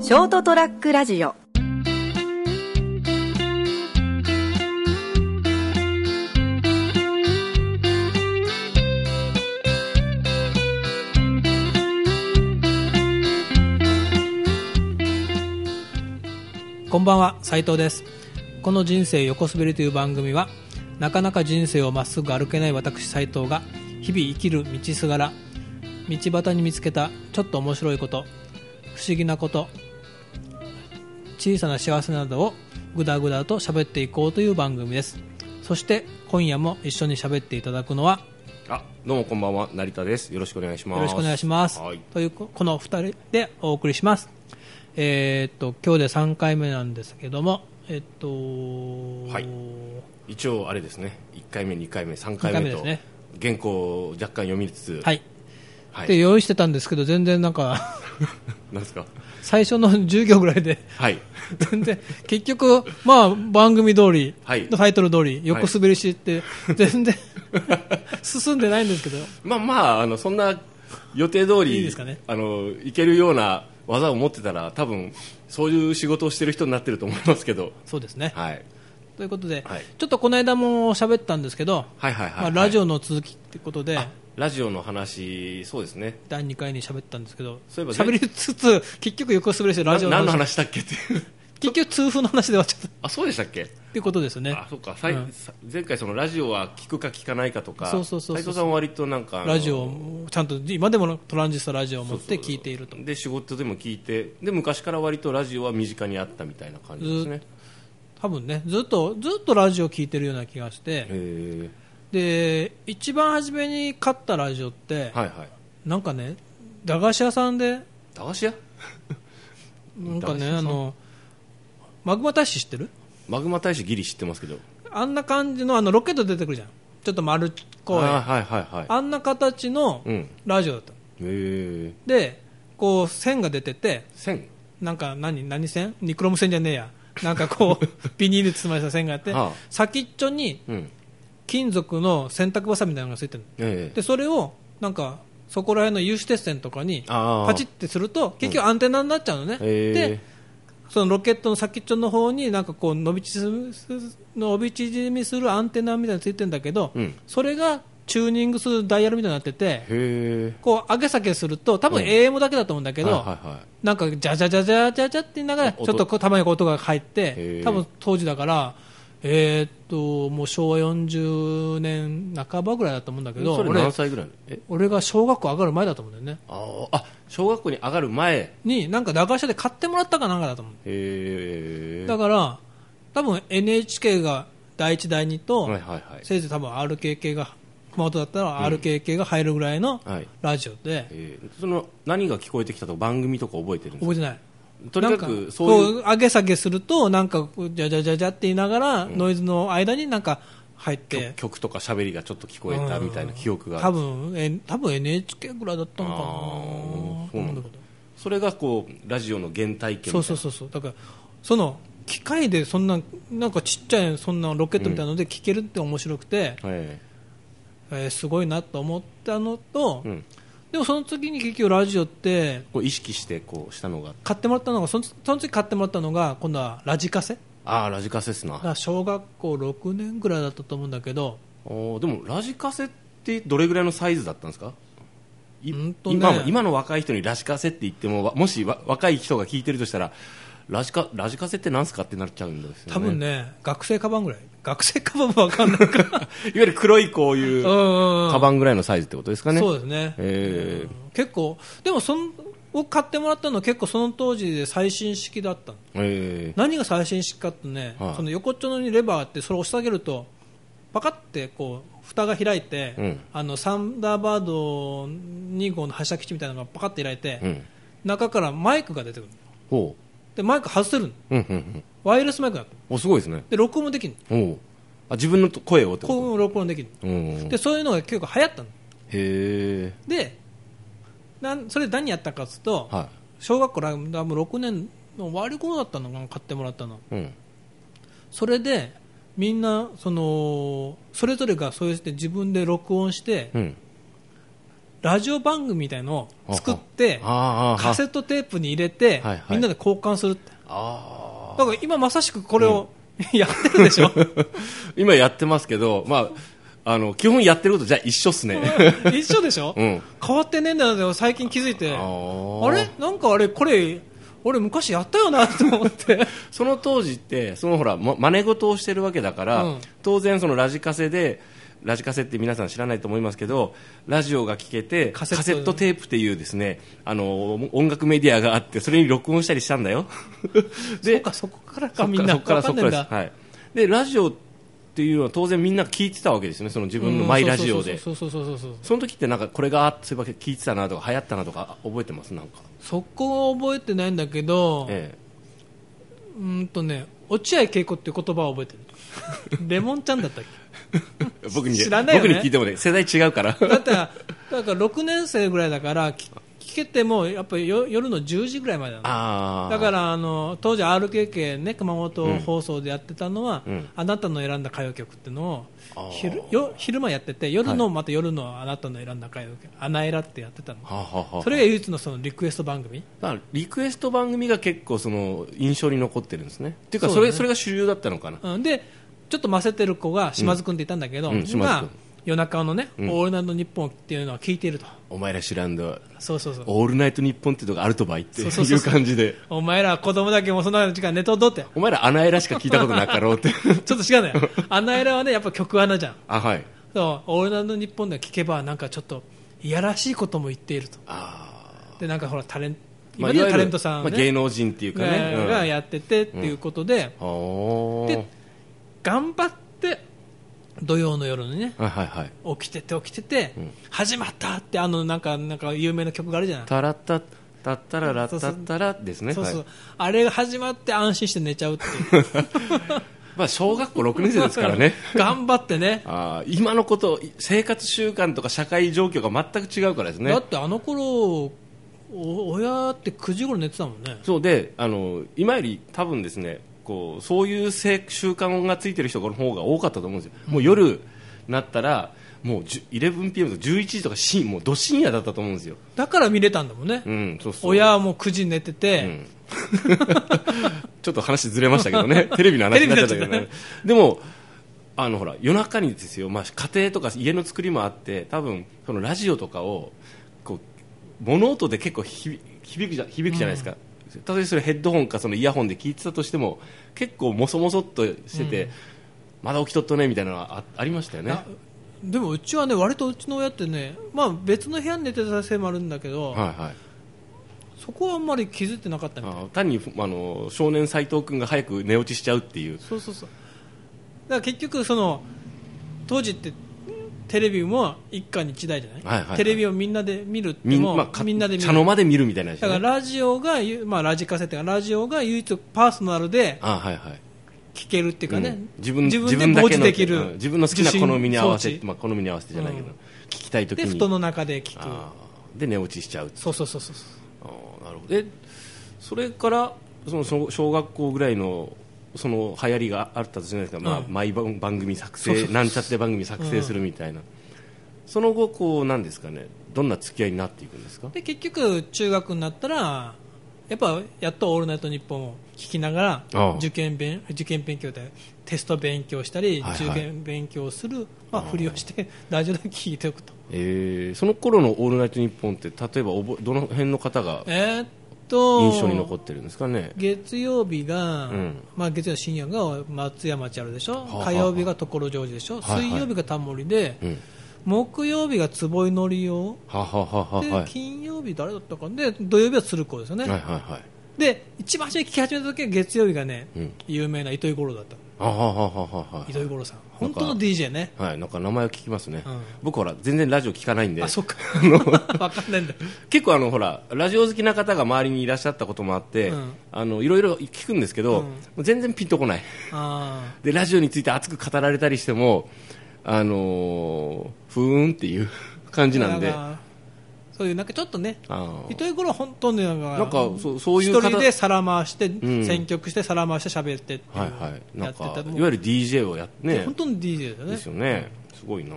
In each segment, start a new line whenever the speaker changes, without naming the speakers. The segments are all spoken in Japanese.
ショートトラックラジオ
こんばんは斉藤ですこの「人生横滑り」という番組はなかなか人生をまっすぐ歩けない私斉藤が日々生きる道すがら道端に見つけたちょっと面白いこと不思議なこと小さな幸せなどをぐだぐだと喋っていこうという番組ですそして今夜も一緒に喋っていただくのは
あ、どうもこんばんは、成田です。よろしくお願いします。
よろしくお願いします。
はい。
というここの2人でお送りします。えーっと今日で3回目なんですけども、えっと、
はい一応あれですね、一回目、二回目、三回目
二
と
回目で
原稿を若干読みつつ、
はい
はい。
で用意してたんですけど全然なん か
なんですか。
最初の10行ぐらいで
はい。
全然結局まあ番組通り、
はい
タイトル通り横滑りして全然進んでないんですけど
まあまああのそんな予定通り
いいですかね
あのいけるような技を持ってたら多分そういう仕事をしてる人になってると思いますけど、
そうですね。
はい。
ということで、
はい
ちょっとこの間も喋ったんですけど、
はいはいはい
まあ、ラジオの続きってことで。
ラジオの話、そうですね。
第2回に喋ったんですけど、
そういえば
喋りつつ、結局横滑りしてラジオ
な何の
話
話したっけっていう。
結局痛風の話で終わっちゃったっ
あ、そうでしたっけ。
ていうことですよね。
あ、そうか。さい
うん
さ前回そのラジオは聞くか聞かないかとか、
そうそうそうそう
斉藤さんは割となんかあの
ラジオを、ちゃんと今でもトランジスタラジオを持って聞いていると。
で仕事でも聞いてで昔から割とラジオは身近にあったみたいな感じですね
多分ね、ずっと、ずっとラジオ聞いてるような気がして、
へ
で、一番初めに買ったラジオって、
えはいはい
なんかね、駄菓子屋さんで、
駄菓子屋
なんか
駄菓子屋
ね、
さん
あの、マグマ大使知ってる
マグマ大使ギリ知ってますけど
あんな感じの、あの、ロケット出てくるじゃん。ちょっと丸っこい。
あーはいはいはい
あんな形の
うん
ラジオだった。
へえ
でこう線が出てて
線
なんか何何線ニクロム線じゃねえやなんかこ うビニール包まれた線があって、
はあ
先っちょに
うん
金属の洗濯バサミみたいなのがついてる
ええ
でそれをなんかそこら辺の有刺鉄線とかに
ああ
パチってすると結局アンテナになっちゃうのね、
へえ
でそのロケットの先っちょの方になんかこう伸び縮みす伸び縮みするアンテナみたいなのついてるんだけど、
うん
それがチューニングするダイヤルみたいになってて
へえ
こう上げ下げすると多分
うん
AM だけだと思うんだけど、
はいはいはい
なんか、じゃじゃじゃじゃじゃじゃって言いながら、ちょ
音
っとこうたまにこう音が入っ
へ
て、
ー
多分当時だから、えーっと、もう昭和40年半ばぐらいだと思うんだけど、
それ
俺
何、歳ぐらいえ
俺が小学校上がる前だと思うんだよね。
あーあ小学校に上がる前へ
に、なんか駄菓子屋で買ってもらったかなんかだと思う。
え
だから、多分 NHK が第一第二と
はい、はいはい
せいぜい多分 RKK が、熊本だったら RKK が入るぐらいの
はい
ラジオで、
えーその何が聞こえてきたとか番組とか覚えてるんです
覚えてない。
かとにか
なん
くそういう
こ上げ下げするとなんかこうじゃじゃじゃじゃって言いながら、ノイズの間になんか入って
曲曲とか喋りがちょっと聞こえたみたいな記憶がある
多分え多分 NHK ぐらいだった
あ
のか
ーそう
な
なんだそれがこうラジオの原体験みたい
そう
な
そうそうそうだからその機械でそんななんかちっちゃいそんなロケットみたいなので聞けるって面白くて、
え
えーすごいなと思ったのと、
えうん、
でもその次に結局ラジオって
こう意識してこうしたのが
買ってもらったのがそのその次買ってもらったのが今度はラジカセ
ああラジカセっすな
が小学校6年ぐらいだったと思うんだけど
おーでもラジカセってどれぐらいのサイズだったんですかい
うんとね
今も今の若い人にラジカセって言ってもわもしわ若い人が聞いてるとしたらラジカラジカセってなんすかってなっちゃうんですよ、ね、
多分ね、学生カバンぐらい。 学生カバンもわかんないから。
いわゆる黒いこ ういううん
うんうん。
カバンぐらいのサイズってことですかね
そうですね。
えー
結構、でもその、を買ってもらったのは結構その当時で最新式だったの。
えー
何が最新式かってね、
はい
その横っちょにレバーあって、それを押し下げると、パカってこう、蓋が開いて、
うん
あの、サンダーバード2号の発射基地みたいなのがパカって開いて、
うん
中からマイクが出てくる。
ほ
で、マイク外せるの。
ううんうんうん
ワイヤレスマイクだった。
おすごいですね
で、録音もできるの。
おうあ自分のと声をって
こう
こ
も録音できる
とうん
の。で、そういうのが結構流行ったの。
へえ
でなんそれ何やったかっつうと、
は
小学校らもう6年の終わり頃だったのかな買ってもらったの
い、うん、
それでみんなそのそれぞれがそうやって自分で録音して、
うん
ラジオ番組みたいのを作って
あーあー
カセットテープに入れて
はいはい
みんなで交換するって
あ
だから今まさしくこれをやってるでし ょ
ー今やってますけど、まあ、あの基本やってることじゃあ一緒っすね
一緒でしょ
うん
変わってねえんだよって最近気づいて
あー
あれなんかあれこれ俺昔やったよなと思って
その当時ってそのほらま真似事をしてるわけだから、
うん
当然そのラジカセでラジカセって皆さん知らないと思いますけどラジオが聴けて
カ
カ
セ
セ
ット
ットテープっていうですねあの音楽メディアがあってそれに録音したりしたんだ よ
そ
で
っかそこからかみんな
そっから
わ
そ
か
っ
んねえん
からです
だ
はい、でラジオっていうのは当然みんな聞いてたわけですねその自分のマイラジオ
うん
で
そうそうそうそうそうそうそう
その時ってなんかこれがそういえば聞いてたなとか流行ったなとか覚えてますなんか、
そこは覚えてないんだけど、
え
うーんとね落合恵子っていう言葉を覚えてる レモンちゃんだったっけ
え、僕に
知らないよね
僕に聞いてもね世代違 うから
だったらだから6年生ぐらいだからき聞けてもやっぱりよ夜の10時ぐらいまでなの
ああ
だからあの当時 RKK、ね、熊本放送でやってたのは、
うん
あなたの選んだ歌謡曲っていうの
あ
を
ー
昼よ昼間やってて夜の、
は
また夜のあなたの選んだ歌謡曲「アナエラ」ってやってたの
はあはあはあ
それが唯一のそのリクエスト番組
だからリクエスト番組が結構その印象に残ってるんですねっていうか
そう
そ
だね
れそれが主流だったのかな
うん、でちょっとませてる子が島津君っていたんだけど、
うんうん島
今、
津君
夜中のね「
ん
オールナイトニッポン」っていうのは聞いていると
お前ら知らんだ
そうそうそう
オールナイトニッポンってとこあるとばいってい
そうそうそう
う
そう
感じで
お前ら子供だけもそんな時間寝とっとって
お前ら穴エラしか聞いたことなかろうって
ちょっと違うの よアナエラはねやっぱ曲穴じゃん
あはい
そうオールナイトニッポンで聞けばなんかちょっといやらしいことも言っていると
あ
でなんかほらタレン
ーま
今
あ
で
い
いう
わゆる
タレントさん、ね
まあ芸能人っていうかね
が
うん
がやっててっていうことで、
あー
で頑張って土曜の夜にね
はいはいはい
起きてて起きてて、始まったってあのなんかなんか有名な曲があるじゃない
タラッタッタッタララッタッタラですね
そうそう、
はい
あれが始まって安心して寝ちゃうっていう
まあ小学校6年生ですからね
頑張ってね
あー今のこと生活習慣とか社会状況が全く違うからですね
だってあの頃お親って9時頃寝てたもんね
そうであの今より多分ですねこうそういうせ習慣がついてる人の方が多かったと思うんですよ、もう夜になったらもう 11pm とか11時とか深もうど深夜だったと思うんですよ、
だから見れたんだもんね、
うん、そうそう
親はもう9時に寝てて、
うんちょっと話ずれましたけど ねテレビの話になっちゃったけど
テレビに
ねでもあのほら夜中にですよ、まあ、家庭とか家の作りもあって多分そのラジオとかをこう物音で結構ひ響くじゃ響くじゃないですか、例えばそれヘッドホンかそのイヤホンで聞いてたとしても結構もそもそっとしてて、まだ起きとっとねみたいなのはあありましたよね
あでもうちはね割とうちの親ってね、まあ、別の部屋に寝てたせいもあるんだけど、
はいはい
そこはあんまり気づいてなかったみたい
あ単にあの少年斎藤君が早く寝落ちしちゃうっていう
そうそうそうだから結局その当時ってテレビも一家に一台じゃない,、
はいはいはい
テレビをみんなで見るって
みん,、
も
まあ、か
みんなで見る
茶の間で見るみたいなやつね
だからラジオが、まあ、ラジカセっていうかラジオが唯一パーソナルで
あはいはい
聞けるっていうかね、
うん自分
自分で
だ
傍
け
受
の
でき
うん
る
自分の好きな好みに合わせ
受信
て、まあ、好みに合わせてじゃないけど、
うん
聞きたい
装
時
置で
に
布団の中で聞く
あーで寝落ちしちゃう
そうそうそうそう
あーなるほどえそれからその小小学校ぐらいのその流行りがあったとするじゃないですか、ま
う
あ、毎晩番組作
そうそう
成なんちゃって番組作成するみたいな、その後こうなんですかねどんな付き合いになっていくんですか
で結局中学になったらやっぱやっと「オールナイトニッポン」を聞きなが
あ
ら
あ
受験勉受験勉強でテスト勉強したり、
はいはい
受験勉強をする、まあ、ふりをして ラジオで聞いておくと
えーその頃の「オールナイトニッポン」って例えばおぼどの辺の方が
えーっと
印象に残ってるんですかね
月曜日が、
うん
まあ、月曜深夜が松山千春でしょ、
はあ
火曜日が所ジョージでしょ、
はいはい
水曜日がタモリで、
うん
木曜日が坪井のりお
はははは
で、
はい
金曜日誰だったかで土曜日は鶴子ですよね、
はいはいはい
で一番初めに聞き始めた時は月曜日がね、
うん
有名な糸井五郎だった
あははははは
糸井五郎さん
な
本
んか
当の DJ ね
はい、なんか名前を聞きますね、
うん
僕ほら全然ラジオ聞かないんで
あそ っか わかんないんだ
結構あのほらラジオ好きな方が周りにいらっしゃったこともあって、
うん
あのいろいろ聞くんですけど、
うん
もう全然ピンとこない
あ
でラジオについて熱く語られたりしてもあのーふーんっていう 感
ー
じなんで
だからそういうなんかちょっとね
あー
糸井五郎は本当になんか
なんかそうそういう
一
方
人で皿回して、
ん
選曲して皿回して喋ってっていう
はいはいな
や
ん
ってた
かいわ
もう
ゆる DJ をやっね
本当の DJ だよね
ですよね、すごいな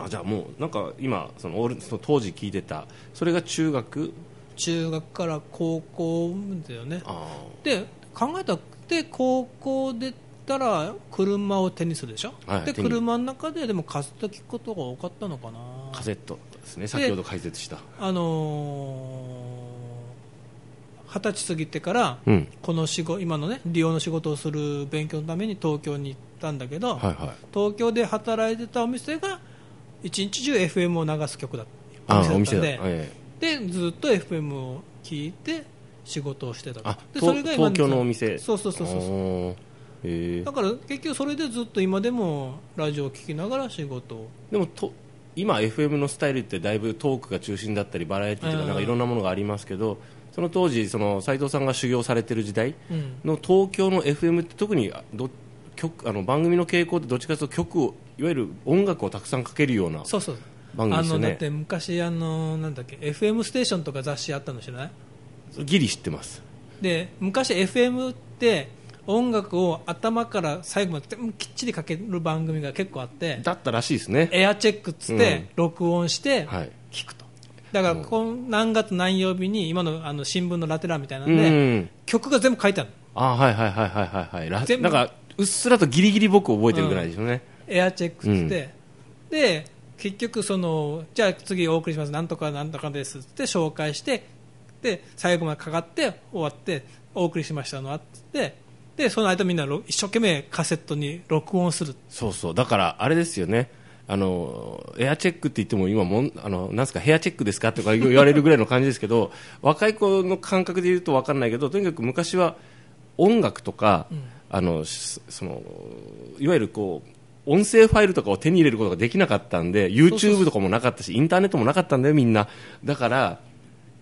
あじゃあもうなんか今そのオールその当時聞いてたそれが中学
中学から高校だよね
あ
で考えたって高校出たら車を手にするでしょ、
はい
で
手に
車の中ででもカセット聞くことが多かったのかな
ーカセットですね先ほど解説した
あのー二十歳過ぎてから
うん
この仕事今のね利用の仕事をする勉強のために東京に行ったんだけど、
はいはい
東京で働いてたお店が一日中 FM を流す曲だ
あ
お
お
店
店
だ
だ、
ったんで
ええ
でずっと FM を聞いて仕事をしてたと
あ
で
と東京のお店
そうそうそうそう
うええ
だから結局それでずっと今でもラジオを聞きながら仕事を
でもと今 FM のスタイルってだいぶトークが中心だったりバラエティーと
う
か
ん
なんかいろんなものがありますけどその当時その斉藤さんが修行されてる時代
うん
の東京の FM って特にあど曲あの番組の傾向ってどっちかというと曲をいわゆる音楽をたくさんかけるような
そうそう
番組
あ
ですよ
のだっ
ね
て昔あのなんだっけ FM ステーションとか雑誌あったの知らない
ギリ知ってます
で昔 FM って音楽を頭から最後まで全部きっちりかける番組が結構あって
だったらしいですね
エアチェックっつって録音して
はい
聞くと、だからこの何月何曜日に今のあの新聞のラテ欄みたいなん
う
で
ん
曲が全部書いてあるの
あはいはいはいはいはいはいら
全部
なんかうっすらとギリギリ僕覚えてるぐらいですよね、
エアチェックっつって、で結局そのじゃあ次お送りしますなんとかなんとかですっつって紹介してで最後までかかって終わってお送りしましたのあっつってでその間みんなろ一生懸命カセットに録音する
そうそうだからあれですよねあのエアチェックって言っても今もんあのなんすかヘアチェックですかとか言われるぐらいの感じですけど 若い子の感覚で言うと分かんないけどとにかく昔は音楽とか、あのしそのいわゆるこう音声ファイルとかを手に入れることができなかったんで YouTube とかもなかったしインターネットもなかったんだよみんなだから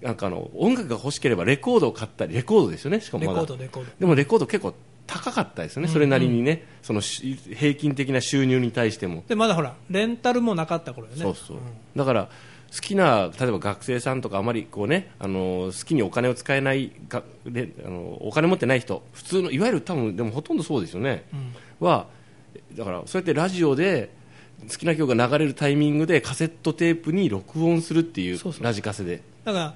なんかあの音楽が欲しければレコードを買ったりレコードですよねしかも
レコ
まだ
ードレコード
でもレコード結構高かったですよね、それなりにね、そのし平均的な収入に対しても、
でまだほらレンタルもなかった頃よね
そうそう、
ん
だから好きな例えば学生さんとかあまりこうねあの好きにお金を使えないがれあのお金持ってない人普通のいわゆる多分でもほとんどそうですよね、はだからそうやってラジオで好きな曲が流れるタイミングでカセットテープに録音するっていう
そうそう
ラジカセで
だから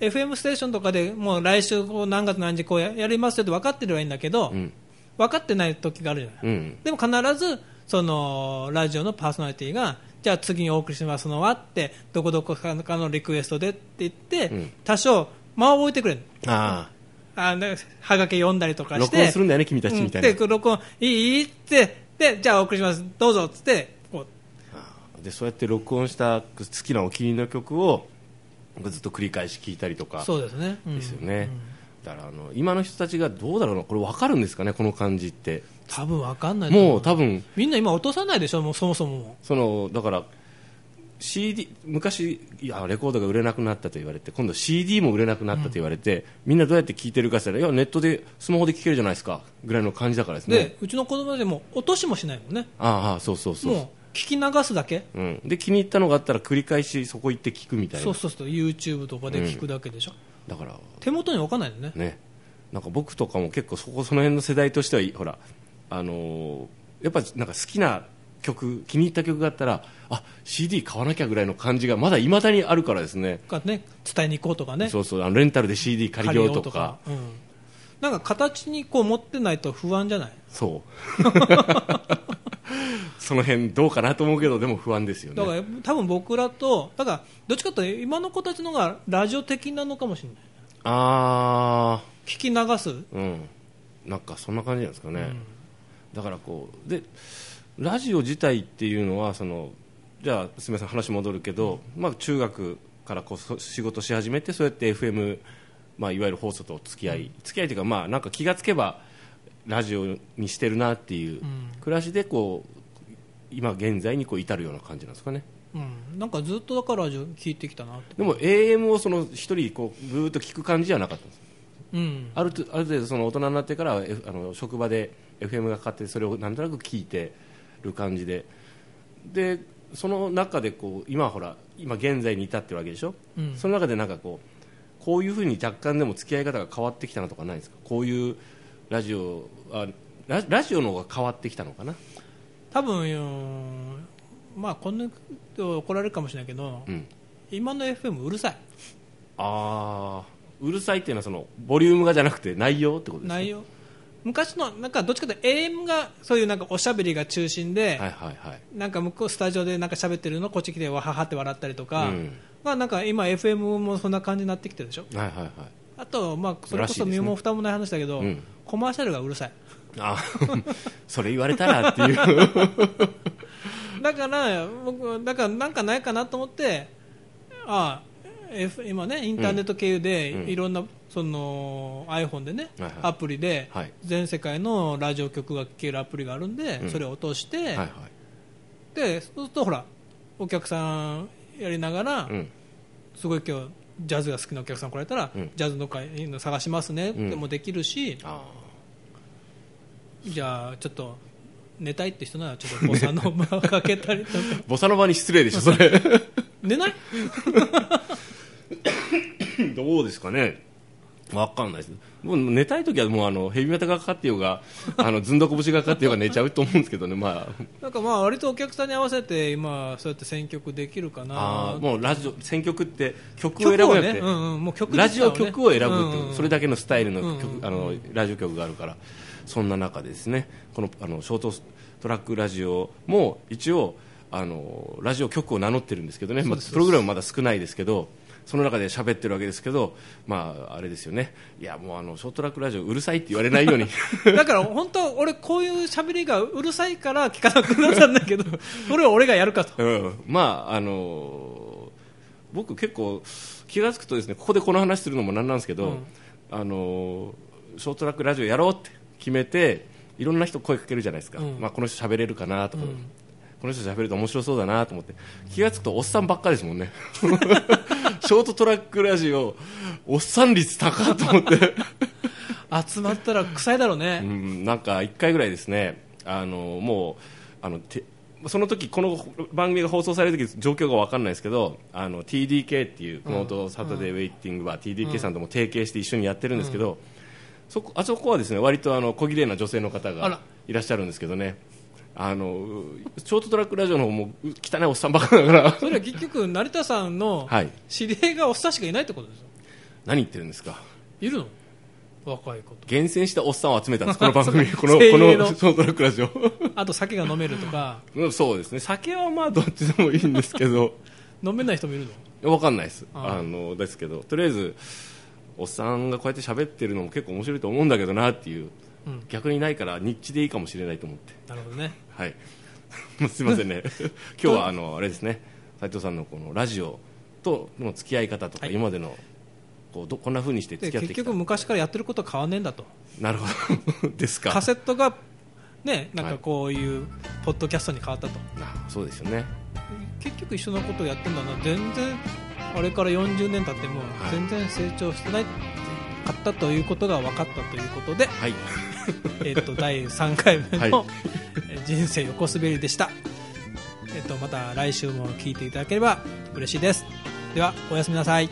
FM ステーションとかでもう来週こう何月何時こうややりますよって分かってればいいんだけど、
ん
分かってない時があるじゃない、
うん
でも必ずそのラジオのパーソナリティがじゃあ次にお送りしますのはってどこどこかのリクエストでって言って、
うん
多少間を置いてくれる
あ
あのはがき読んだりとか
あ
して
録音するんだよね君たちみたいな、
うんで録音いいいいってでじゃあお送りしますどうぞっつってこう
でそうやって録音した好きなお気に入りの曲をずっと繰り返し聴いたりとか
そうですね、うん
ですよね、だからあの今の人たちがどうだろうなこれ分かるんですかねこの感じって
多分分かんないと思
もう多分
みんな今落とさないでしょもうそもそもも
そのだから CD 昔いやレコードが売れなくなったと言われて今度 CD も売れなくなったと言われて、みんなどうやって聴いてるかって言ったらいやネットでスマホで聴けるじゃないですかぐらいの感じだからです
で、
ね
うちの子供でも落としもしないもんね
ああそうそうそう
もう聞き流すだけ
う、ん、で気に入ったのがあったら繰り返しそこ行って聴くみたい
そ
な
うそうそう YouTube とかで聞くだけでしょ、
だから
手元に置かないのね
ね、なんか僕とかも結構そこその辺の世代としてはいほら、あのーやっぱなんか好きな曲気に入った曲があったらあ CD 買わなきゃぐらいの感じがまだいまだにあるからですね
かね伝えに行こうとかね
そうそうあのレンタルで CD 借りようとか
借りようとうん、なんか形にこう持ってないと不安じゃない
そうその辺どう かなと思うけどでも不安ですよ
だから、
ね
多分僕らとだからどっちかというと今の子たちの方がラジオ的なのかもしれない
ああ
聞き流す
うん、なんかそんな感じなんですかね、だからこうでラジオ自体っていうのはそのじゃあすみません話戻るけど、まあ、中学からこうそ仕事し始めてそうやって FM、まあ、いわゆる放送とお付き合い、付き合いというか,、まあ、なんか気がつけばラジオにしてるなっていう暮らしでこう今現在にこう至るような感じなんですかね
うん、なんかずっとだからラジオ聞いてきたなと、
でも AM をその一人こうブーっと聞く感じじゃなかったんです
うん、
あるとある程度その大人になってから、F- あの職場で FM がかかってそれをなんとなく聞いてる感じででその中でこう今ほら今現在に至ってるわけでしょ、
うん
その中でなんかこうこういうふうに若干でも付き合い方が変わってきたのとかないですかこういうラジオあララジオの方が変わってきたのかな
多分うんまあこんなこと怒られるかもしれないけど、
うん、
今の FM うるさい
ああうるさいっていうのはそのボリュームがじゃなくて内容ってことですか
内容昔のなんかどっちかというと AM がそういうなんかおしゃべりが中心で、
はいはいはい
なんか向こうスタジオでなんか喋ってるのこっち来てわははって笑ったりとか、
うん
まあなんか今 FM もそんな感じになってきてるでしょ
はいはいはい
あとまあそれこ
らしいで
そ
すね
身も蓋もない話だけど、
うん
コマーシャルがうるさい
あー それ言われたらっ ていう
だから僕だからなんかないかなと思ってああ、F、今ねインターネット経由で
うん
いろんな、その iPhone でね、
はいはい
アプリで
はい
全世界のラジオ局が聴けるアプリがあるんで、
うん
それを落として、
はいはい
でそうするとほらお客さんやりながら、
うん
すごい今日ジャズが好きなお客さん来られたら、
うん
ジャズの会いいの探しますねってもできるし、
あ
じゃあちょっと寝たいって人ならちょっとボサノバをかけたりとか
ーボサノバに失礼でしょそれ
寝ない
どうですかねわかんないですもう寝たい時はもうあのヘビメタがかかってよう があのずんどこ節がかかってようが寝ちゃうと思うんですけどねまあ
なんかまあ割とお客さんに合わせて今そうやって選曲できるか
あ
な
ーもうラジオ選曲って曲を選
曲
ぶ
を
や
ね、
って、
うんうん、もう曲
ラ
自
ジ
体
オ
ね
曲を選ぶってこと、
うんうん
それだけのスタイルの曲、
うんうん
あのラジオ局があるからそんな中ですねこのあのショートトラックラジオも一応あのラジオ局を名乗ってるんですけどね、まあ、プログラムまだ少ないですけどその中で喋ってるわけですけど、まあ、あれですよねいやもうあのショートトラックラジオうるさいって言われないように
だから本当俺こういう喋りがうるさいから聞かなくなったんだけど それを俺がやるかと
うん、まああのー僕結構気が付くとですねここでこの話するのもなんなんですけど、
うん
あのーショートラックラジオやろうって決めていろんな人声かけるじゃないですか、
うん
まあ、この人喋れるかなとか、この人喋ると面白そうだなと思って気が付くとおっさんばっかですもんね ショートトラックラジオおっさん率高っと思って
集まったら臭いだろう
う
ね、
ん、なんか1回ぐらいですね、あのもうあのてその時この番組が放送される時状況が分かんないですけどあの TDK っていう熊本サタデーウェイティングバー、TDK さんとも提携して一緒にやってるんですけど、そこあそこはですね割とあの小綺麗な女性の方
あら
がいらっしゃるんですけどねあのうショートトラックラジオの方もう汚いおっさんばっかだから
それは結局成田さんの
はい
知り合いがおっさんしかいないってことですよ
何言ってるんですか
いるの若い子と
厳選したおっさんを集め たんですこの番組このこ
精鋭の
のショートトラックラジオ
あと酒が飲めるとか
うんそうですね酒はまあどっちでもいいんですけど
飲めない人もいるの
わかんないです
あ
あのですけどとりあえずおっさんがこうやって喋ってるのも結構面白いと思うんだけどなっていう、
うん
逆にないから日地でいいかもしれないと思って
なるほどね
はい もうすいませ んね今日はあのあれですね斉藤さんのこのラジオとの付き合い方とか、
はい
今までのこうどこんなふうにして付
で
き合っ
結
てきた
局昔からやってることは変わんねえんだと
なるほど ですか
カセットがねなんかこういうポッドキャストに変わったと、
あそうですよね
結局一緒のことをやってんだな全然あれから40年経っても
はい
全然成長してないかったということが分かったということ で、
はい
えっと第3回目の
はい
えー「人生横滑り」でした、えっとまた来週も聞いていただければ嬉しいですではおやすみなさい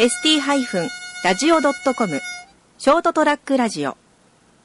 ST-radio.com ショートトラックラジオ